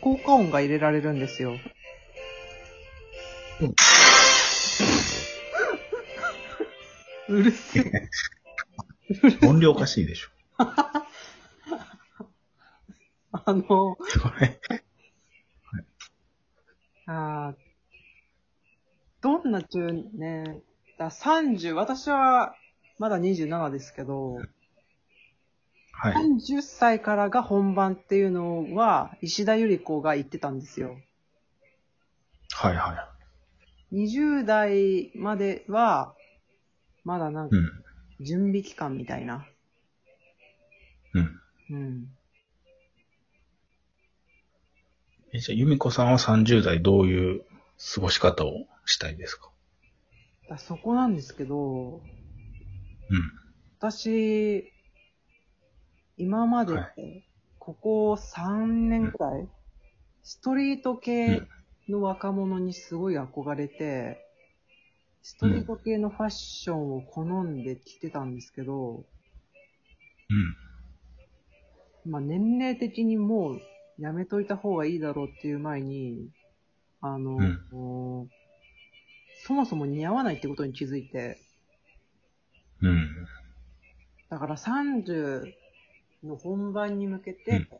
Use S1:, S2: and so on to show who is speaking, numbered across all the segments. S1: 効果音が入れられるんですよ。
S2: うん
S1: うるせえ。
S2: 音量おかしいでしょ。
S1: あの、
S2: これ。
S1: あーどんな10年、だ30、私はまだ27ですけど、
S2: はい。
S1: 30歳からが本番っていうのは、石田ゆり子が言ってたんですよ。
S2: はいは
S1: 20代までは、まだなん
S2: い。
S1: か
S2: うん。
S1: 準備期間みたいな。
S2: うん。
S1: うん。
S2: えじゃあ、ゆみこさんは30代どういう過ごし方をしたいですか
S1: だそこなんですけど、
S2: うん。
S1: 私、今まで
S2: は、
S1: ここ3年くらい、ストリート系の若者にすごい憧れて、ストリート系のファッションを好んで着てたんですけど、
S2: うん。
S1: まあ年齢的にもうやめといた方がいいだろうっていう前に、あの、
S2: うん
S1: もうそもそも似合わないってことに気づいて、
S2: うん。
S1: だから30の本番に向けて、
S2: うん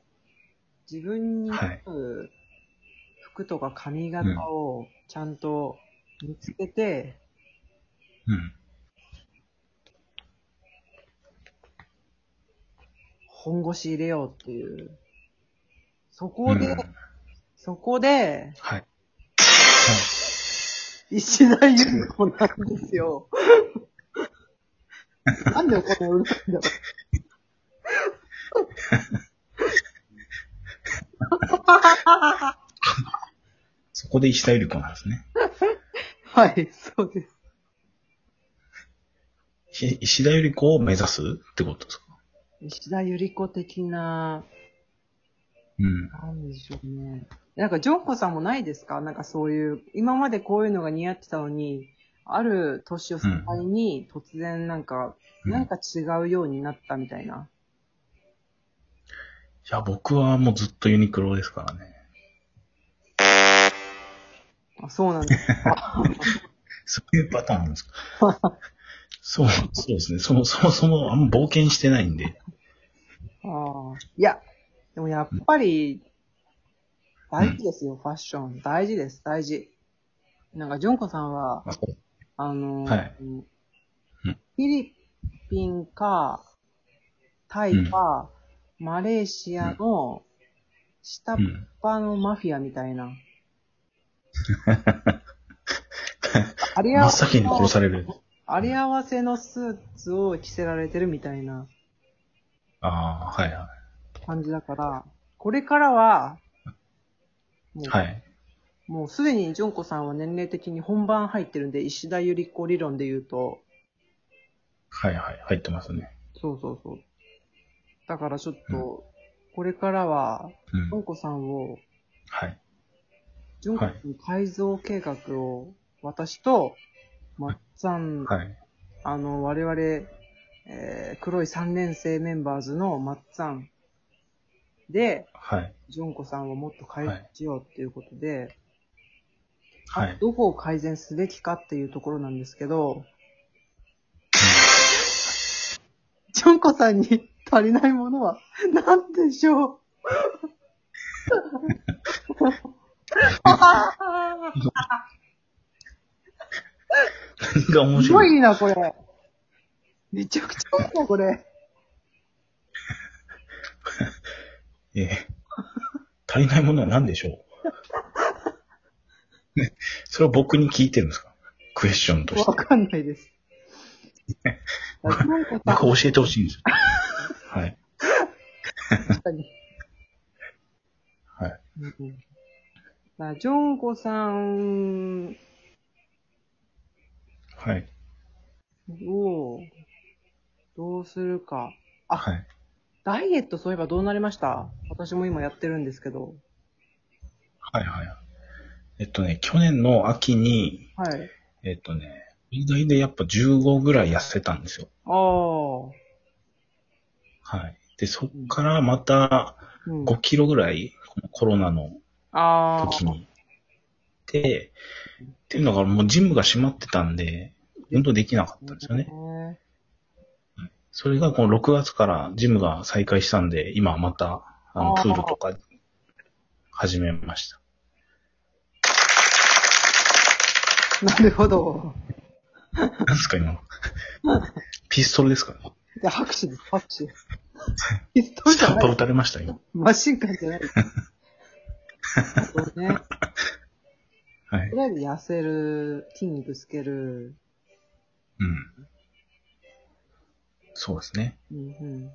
S1: 自分に合
S2: はいう
S1: 服とか髪型をちゃんと見つけて、
S2: うん。
S1: 本腰入れようっていう。そこ
S2: う
S1: で、
S2: ん。
S1: そこで、
S2: はい。
S1: 石田ゆり子なんです よ。なんでこんなうるさいんだろう。
S2: そこで石田ゆり子なんですね。
S1: はい、そうです。
S2: い石田ゆり子を目指すってことですか
S1: 石田ゆり子的な、
S2: うん。
S1: なんでしょうね。なんか、ジョンコさんもないですかなんかそういう、今までこういうのが似合ってたのに、ある年を境に突然なんか、
S2: うん
S1: なんか違うようになったみたいな。
S2: いや、僕はもうずっとユニクロですからね。
S1: あそうなん です。
S2: そういうパターンなんですか そう、そうですね。そもそもそもあんま冒険してないんで。
S1: ああ。いや、でもやっぱり、大事ですよ、ファッション。大事です、大事。なんか、ジョンコさんは、
S2: あそう
S1: あの、
S2: はい
S1: フ
S2: うん
S1: ィリピンか、タイか、マレーシアの下っ
S2: うん。
S1: 端のマフィアみたいな。あり合
S2: 真
S1: わ
S2: っ先
S1: せ
S2: に殺
S1: の、
S2: される。
S1: あり合わせのスーツを着せられてるみたいな
S2: ああ、はいは
S1: 感じだから、これからは、も
S2: い。
S1: う
S2: はい。
S1: もうすでにジョンコさんは年齢的に本番入ってるんで、石田ゆり子理論で言うと、
S2: はいはい。入ってますね。
S1: そうそうそう。だからちょっと、これからは、
S2: う
S1: ジョ
S2: ん。
S1: ンコさんを、
S2: はい。
S1: ジョンコさんの改造計画を、私と、まっつぁん、
S2: はい。
S1: あの、我々、えー、黒い三年生メンバーズのまっつぁんで、
S2: はい。
S1: ジョンコさんをもっと改善しようっていうことで、
S2: はい。
S1: どこを改善すべきかっていうところなんですけど、 ジョンコさんに足りないものは何でしょう
S2: 何が 面
S1: すご
S2: 白い
S1: いな、これ。めちゃくちゃいいな、これ。
S2: ええ。足りないものは何でしょう それを僕に聞いてるんですかクエスチョンとして
S1: わ。かんないです。ジョンコさん
S2: 僕教えてほしいんですよ。はい。
S1: 確かに。
S2: はい。
S1: うんまあジョンコさん
S2: はい。
S1: をどうするか。
S2: はい。
S1: ダイエットそういえばどうなりました私も今やってるんですけど。
S2: はいはい。えっとね、去年の秋に、
S1: はい。
S2: えっとね、最大でやっぱ15ぐらい痩せたんですよ。
S1: ああ。
S2: はい。で、そっからまた
S1: うん。
S2: 5キロぐらい、このコロナの
S1: あ
S2: 時
S1: あ。
S2: に。で、っていうのがもうジムが閉まってたんで、運動できなかったんですよね。
S1: ね。
S2: それがこの6月からジムが再開したんで、今また、あの、
S1: あー
S2: プールとか始めました。
S1: なるほど。
S2: なんすか今の。ピストルですか
S1: で、拍手です、拍手。ピストル
S2: ス
S1: じ
S2: タ
S1: ゃ
S2: ンパ
S1: ない。
S2: 撃たれました今。
S1: マシンガンじゃない。そうね。
S2: はい
S1: と。りあえず痩せる、筋肉つける。
S2: うん。そうですね。
S1: うんうん、結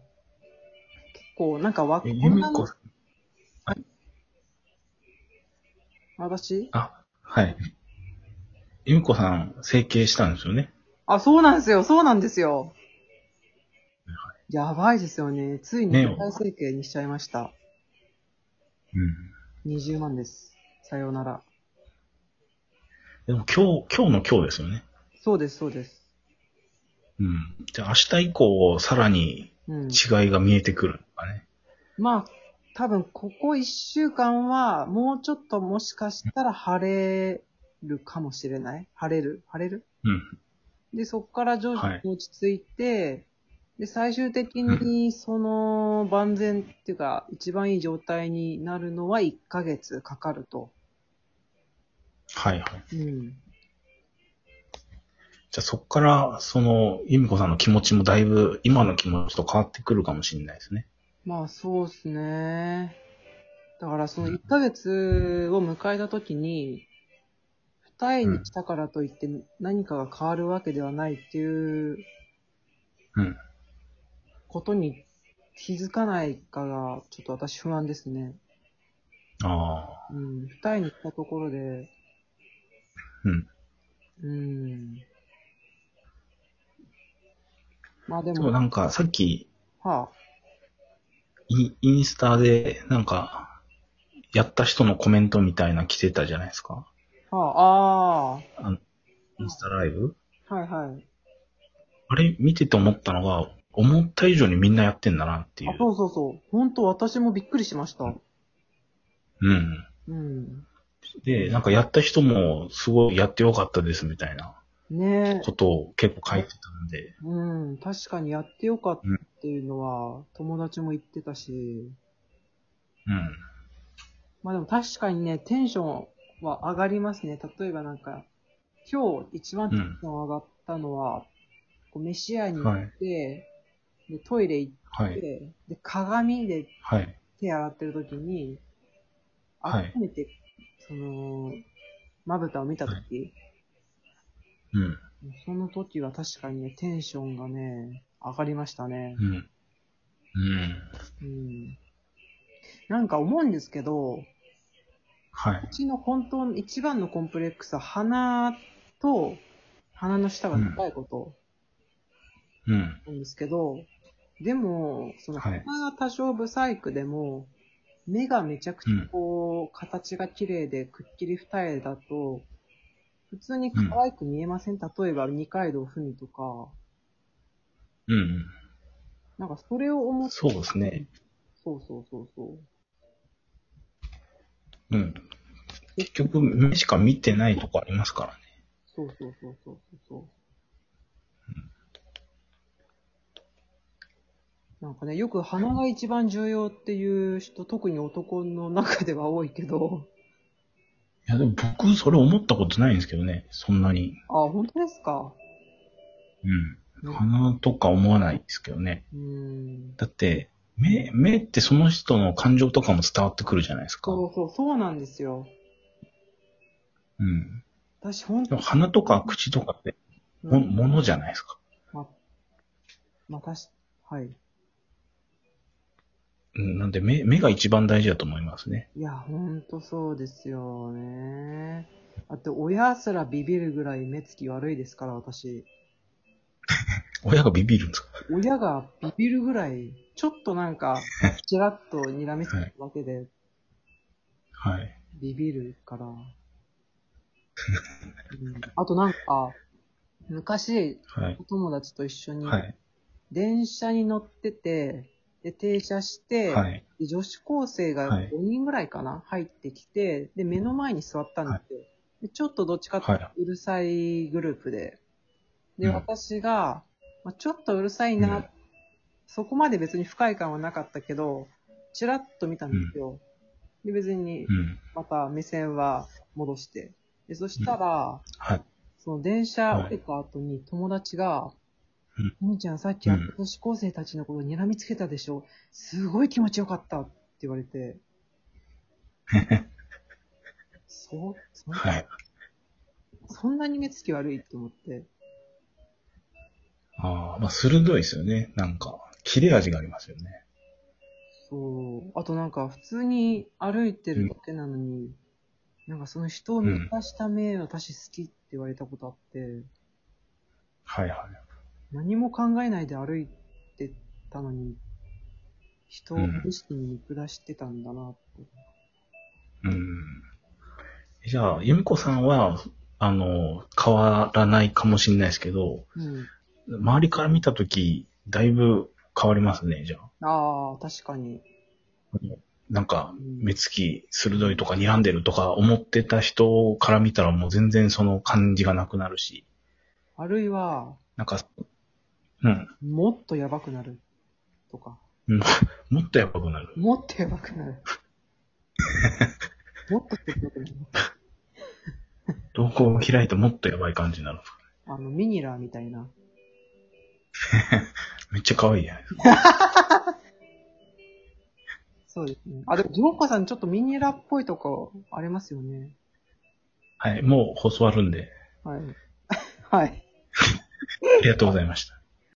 S1: 構、なんかわ、
S2: え、
S1: こ
S2: ゆ
S1: ん
S2: み
S1: な
S2: こ
S1: の
S2: さん。
S1: 私
S2: あ、はい。ゆみこさん、整形したんですよね。
S1: あ、そうなんですよ、そうなんですよ。やばいですよね。ついに
S2: ね
S1: 肉体整形にしちゃいました。
S2: うん。
S1: 20万です。さようなら。
S2: でも今日、今日の今日ですよね。
S1: そうです、そうです。
S2: うん。じゃあ明日以降、さらに
S1: うん。
S2: 違いが見えてくるのかね。
S1: まあ、多分ここ1週間は、もうちょっともしかしたら晴れるかもしれない晴れる晴れる
S2: うん。
S1: で、そこから徐々
S2: はい
S1: に落ち着いて、で、最終的に、その、万全っていうか、一番いい状態になるのは1ヶ月かかると。
S2: はいはい。
S1: うん。
S2: じゃあそこから、その、ゆみこさんの気持ちもだいぶ、今の気持ちと変わってくるかもしれないですね。
S1: まあ、そうですね。だから、その1ヶ月を迎えた時に、二重に来たからといって何かが変わるわけではないっていう
S2: うん。
S1: ことに気づかないから、ちょっと私不安ですね。
S2: ああ。
S1: うん。二重に来たところで、
S2: うん。
S1: うん。まあで
S2: で
S1: も、
S2: もなんか、さっき、
S1: はあ、
S2: インインスタで、なんか、やった人のコメントみたいな来てたじゃないですか。
S1: はあ、あ
S2: あのインスタライブ
S1: あ、はいはい。
S2: あれ見てて思ったのが、思った以上にみんなやってんだなってい
S1: あ
S2: う。、
S1: そうそうそう。本当私もびっくりしました。
S2: うん。
S1: うん。
S2: で、なんかやった人も、すごいやってよかったですみたいな
S1: ねえ。
S2: ことを結構書いてたんで、
S1: うん。確かにやってよかったっていうのは、友達も言ってたし。
S2: うん。
S1: まあでも確かにね、テンションは上がりますね。例えばなんか、今日一番テンション上がったのは、こう飯屋に行って、でトイレ行って、
S2: はい。
S1: で鏡で
S2: はい。
S1: 手洗ってる時に、
S2: はい
S1: 改めて、その、まぶたを見た時、
S2: うん。
S1: その時は確かにね、テンションがね、上がりましたね。
S2: うん。うん。
S1: うん。なんか思うんですけど、
S2: は
S1: う
S2: い。
S1: ちの本当の一番のコンプレックスは鼻と鼻の下が高いこと
S2: うん。
S1: なんですけど、でも、その
S2: はい
S1: 鼻が多少ブサイクでも、目がめちゃくちゃこう、形が綺麗でくっきり二重だと、普通に可愛く見えません。例えば二階堂ふみとか、
S2: うん。
S1: なんかそれを思って、
S2: そうですね。
S1: そうそうそうそう。
S2: うん。結局、目しか見てないとこありますからね。
S1: そうそうそうそうそうそう。なんかね、よく鼻が一番重要っていう人、特に男の中では多いけど。
S2: いや、でも僕、それ思ったことないんですけどね。そんなに。
S1: あ、本当ですか。
S2: うん。鼻とか思わないですけどね。
S1: うん。
S2: だって、目、目ってその人の感情とかも伝わってくるじゃないですか。
S1: そうそう、そうなんですよ。
S2: うん。
S1: 私、本
S2: で
S1: 当
S2: も鼻とか口とかっても、
S1: うん
S2: ものじゃないですか。
S1: ま、またし、はい。
S2: うん。なんで、目、目が一番大事だと思いますね。
S1: いや、本当そうですよね。だって、親すらビビるぐらい目つき悪いですから、私。
S2: 親がビビるんですか
S1: 親がビビるぐらい、ちょっとなん か、ちらっと睨みつけただけで
S2: はい。
S1: ビビるから。うん、あとなんか、昔、
S2: はい。
S1: お友達と一緒に
S2: はい。
S1: 電車に乗ってて、で、停車して、
S2: はい。
S1: で女子高生が
S2: はい
S1: 5人ぐらいかな、入ってきて、で、目の前に座ったんですよ。でちょっとどっちかっていうと
S2: は
S1: うるさいグループで。で、
S2: うん
S1: 私が、まあ、ちょっとうるさいな、
S2: うん
S1: そこまで別に不快感はなかったけど、ちらっと見たんですよ。で、別に
S2: うん。
S1: また目線は戻して。で、そしたら、
S2: はい。
S1: その電車降りた後に友達が
S2: うん、
S1: み、み、ちゃんさっきあの女子高生たちのことにらみつけたでしょすごい気持ちよかったって言われ て。そうそん
S2: はい。
S1: そんなに目つき悪いって思って。
S2: ああ、まあ、鋭いですよね。なんか、切れ味がありますよね。
S1: そう。あとなんか普通に歩いてるだけなのに、なんかその人を見下した目私好きって言われたことあって、
S2: はいはい。
S1: 何も考えないで歩いてたのに、人を無意識に見下してたんだなって。
S2: うん。じゃあ、由美子さんは、あの、変わらないかもしれないですけど、
S1: うん。
S2: 周りから見たとき、だいぶ変わりますね、じゃあ。
S1: ああ、確かに。
S2: なんか
S1: う、ん
S2: 目つき鋭いとか睨んでるとか思ってた人から見たらもう全然その感じがなくなるし、
S1: あるいは、
S2: なんか、うん、
S1: もっとやばくなる。とか。
S2: もっとやばくなる。
S1: もっとやばく なる。もっとやばくなる。
S2: 動向を開いてもっとやばい感じになる。
S1: あの、ミニラーみたいな。
S2: めっちゃ可愛いじゃないですか。
S1: そうですね。あ、でも、ジョーカーさんちょっとミニラーっぽいとこありますよね。
S2: はい、もう放送あるんで、
S1: はい。はい。
S2: ありがとうございました。